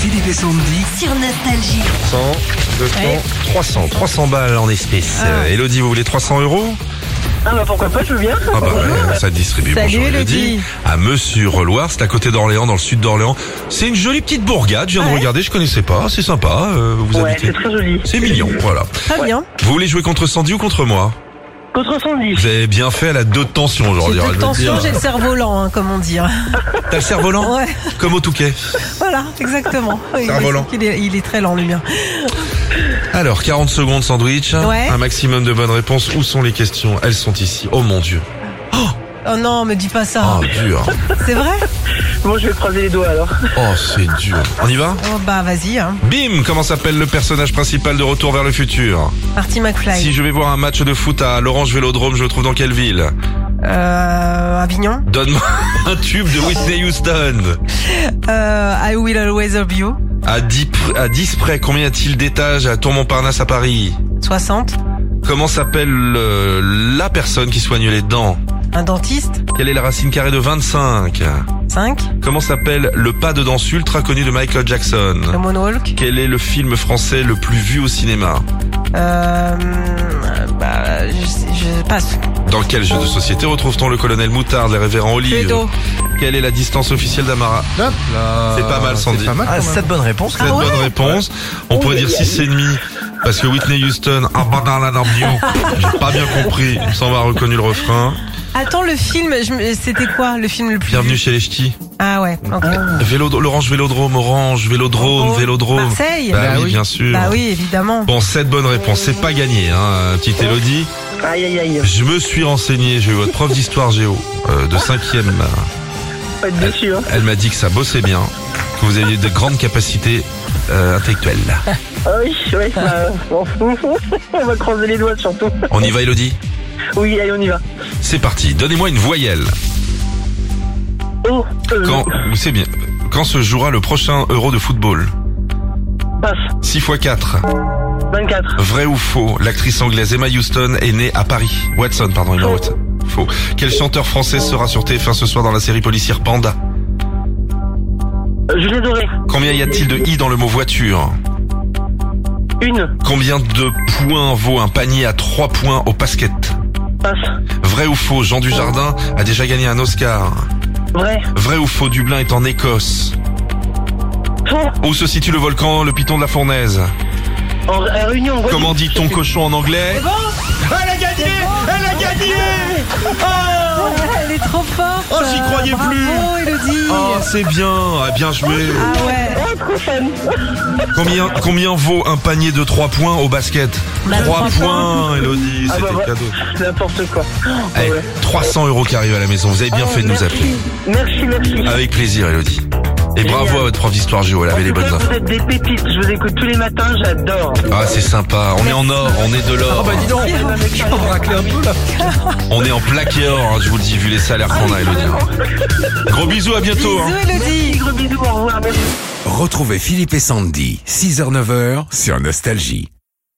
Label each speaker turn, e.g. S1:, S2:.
S1: Philippe et Sandy.
S2: sur Nostalgie.
S3: 100, 200, 300. 300 balles en espèces.
S4: Ah.
S3: Euh, Elodie, vous voulez 300 euros
S5: Ah bah pourquoi pas, je veux bien.
S3: Ah bah ouais, ça distribue.
S4: Salut,
S3: Bonjour
S4: Elodie.
S3: À Monsieur-Loire, c'est à côté d'Orléans, dans le sud d'Orléans. C'est une jolie petite bourgade, je viens de regarder, je connaissais pas, c'est sympa. euh, vous
S5: ouais,
S3: habitez.
S5: c'est très joli.
S3: C'est mignon, voilà.
S4: Très bien.
S3: Vous voulez jouer contre Sandy ou contre moi
S5: Contre
S3: Vous
S5: 110.
S3: avez bien fait, elle a deux tensions
S4: J'ai
S3: aujourd'hui. elle
S4: de
S3: veut
S4: tension,
S3: dire.
S4: j'ai le cerveau lent, hein, comme on dit. hein.
S3: T'as le cerf-volant
S4: Ouais,
S3: Comme au touquet.
S4: voilà, exactement. Oui,
S3: Cerveau
S4: oui,
S3: lent.
S4: Il est, il est très lent, hein. le mien.
S3: Alors, 40 secondes sandwich.
S4: Ouais.
S3: Un maximum de bonnes réponses. Où sont les questions Elles sont ici. Oh mon dieu.
S4: Oh non, me dis pas ça.
S3: Oh, dur.
S4: C'est vrai
S5: Moi, je vais croiser les doigts alors.
S3: Oh, c'est dur. On y va
S4: Oh bah vas-y, hein.
S3: Bim Comment s'appelle le personnage principal de Retour vers le futur
S4: Marty McFly.
S3: Si je vais voir un match de foot à l'Orange Vélodrome, je le trouve dans quelle ville
S4: Euh, Avignon.
S3: Donne-moi un tube de Whitney Houston.
S4: Euh, I will always love you.
S3: À 10, pr- à 10 près, combien y a-t-il d'étages à Tour Montparnasse à Paris
S4: 60.
S3: Comment s'appelle euh, la personne qui soigne les dents
S4: Un dentiste.
S3: Quelle est la racine carrée de 25
S4: 5.
S3: Comment s'appelle le pas de danse ultra connu de Michael Jackson
S4: Le moonwalk.
S3: Quel est le film français le plus vu au cinéma
S4: Euh, bah, je, sais- je passe.
S3: Dans quel jeu de société retrouve-t-on le colonel Moutarde, les révérends Olive
S4: Cluedo.
S3: Quelle est la distance officielle d'Amara C'est pas mal, Sandy.
S6: C'est pas mal, quand
S1: Ah,
S6: même.
S1: cette bonne réponse.
S3: Cette bonne réponse. On pourrait dire 6,5. Parce que Whitney Houston, ah bah dans la normion. J'ai pas bien compris. Il me semble avoir reconnu le refrain.
S4: Attends, le film, je me- c'était quoi le film le plus
S3: Bienvenue chez les ch'tis.
S4: Ah ouais, ok.
S3: Vélo, l'orange vélodrome, orange, vélodrome,
S4: Oh,
S3: vélodrome.
S4: Marseille
S3: Bah,
S6: Bah
S3: oui,
S6: oui.
S3: bien sûr.
S4: Bah oui, évidemment.
S3: Bon, cette bonne réponse, c'est pas gagné, hein, petite Elodie.
S5: Aïe, aïe, aïe.
S3: Je me suis renseigné, j'ai eu votre prof d'histoire géo euh, de 5e.
S5: Pas de dessus, hein.
S3: Elle m'a dit que ça bossait bien, que vous aviez de grandes capacités euh, intellectuelles.
S5: Ah oui, ouais, bah, bon. on va croiser les doigts surtout.
S3: On y va, Elodie
S5: Oui, allez, on y va.
S3: C'est parti, donnez-moi une voyelle.
S5: Oh, euh,
S3: Quand, vous savez bien, quand se jouera le prochain Euro de football
S5: passe.
S3: 6 x 4.
S5: 24.
S3: Vrai ou faux L'actrice anglaise Emma Houston est née à Paris. Watson, pardon, Emma Watson. Faux. Quel chanteur français sera sur TF1 ce soir dans la série policière Panda
S5: Euh, Je l'ai doré.
S3: Combien y a-t-il de i dans le mot voiture
S5: Une,
S3: Combien de points vaut un panier à 3 points au basket
S5: passe.
S3: Vrai ou faux Jean Dujardin a déjà gagné un Oscar.
S5: Vrai.
S3: Vrai ou faux Dublin est en Écosse.
S5: Faux.
S3: Où se situe le volcan, le piton de la fournaise
S5: En, en réunion, ouais.
S3: Comment dit ton cochon en anglais Elle a gagné Elle a gagné
S4: Ah, Elle est trop forte
S3: Oh, j'y croyais
S4: Bravo,
S3: plus.
S4: Elodie
S3: Oh, c'est bien Ah, Bien joué
S4: Ah ouais
S5: Ah, trop fun.
S3: Combien, combien vaut un panier de 3 points au basket
S4: Bah,
S3: 3
S4: trois
S3: points, Elodie,
S5: Ah,
S3: c'était
S5: bah, ouais.
S3: cadeau.
S5: N'importe quoi. Oh,
S3: Eh,
S5: ouais.
S3: 300 euros qui arrivent à la maison, vous avez bien
S5: Oh,
S3: fait de nous
S5: merci.
S3: appeler.
S5: Merci, merci.
S3: Avec plaisir, Elodie. Et
S5: Génial.
S3: bravo à votre prof d'histoire géo, elle
S5: En
S3: avait les
S5: tout
S3: bonnes
S5: cas,
S3: infos.
S5: vous êtes des pépites, je vous écoute tous les matins, j'adore.
S3: Ah, c'est sympa. On est en or, on est de
S5: Ah,
S3: l'or.
S6: Bah dis donc, on va racler un peu là.
S3: On est en plaqué or, hein, je vous le dis, vu les salaires qu'on a, Elodie. Gros bisous, à bientôt. hein.
S4: Bisous, Elodie
S5: Gros bisous, au revoir, merci.
S1: Retrouvez Philippe et Sandy, 6h-9h sur Nostalgie.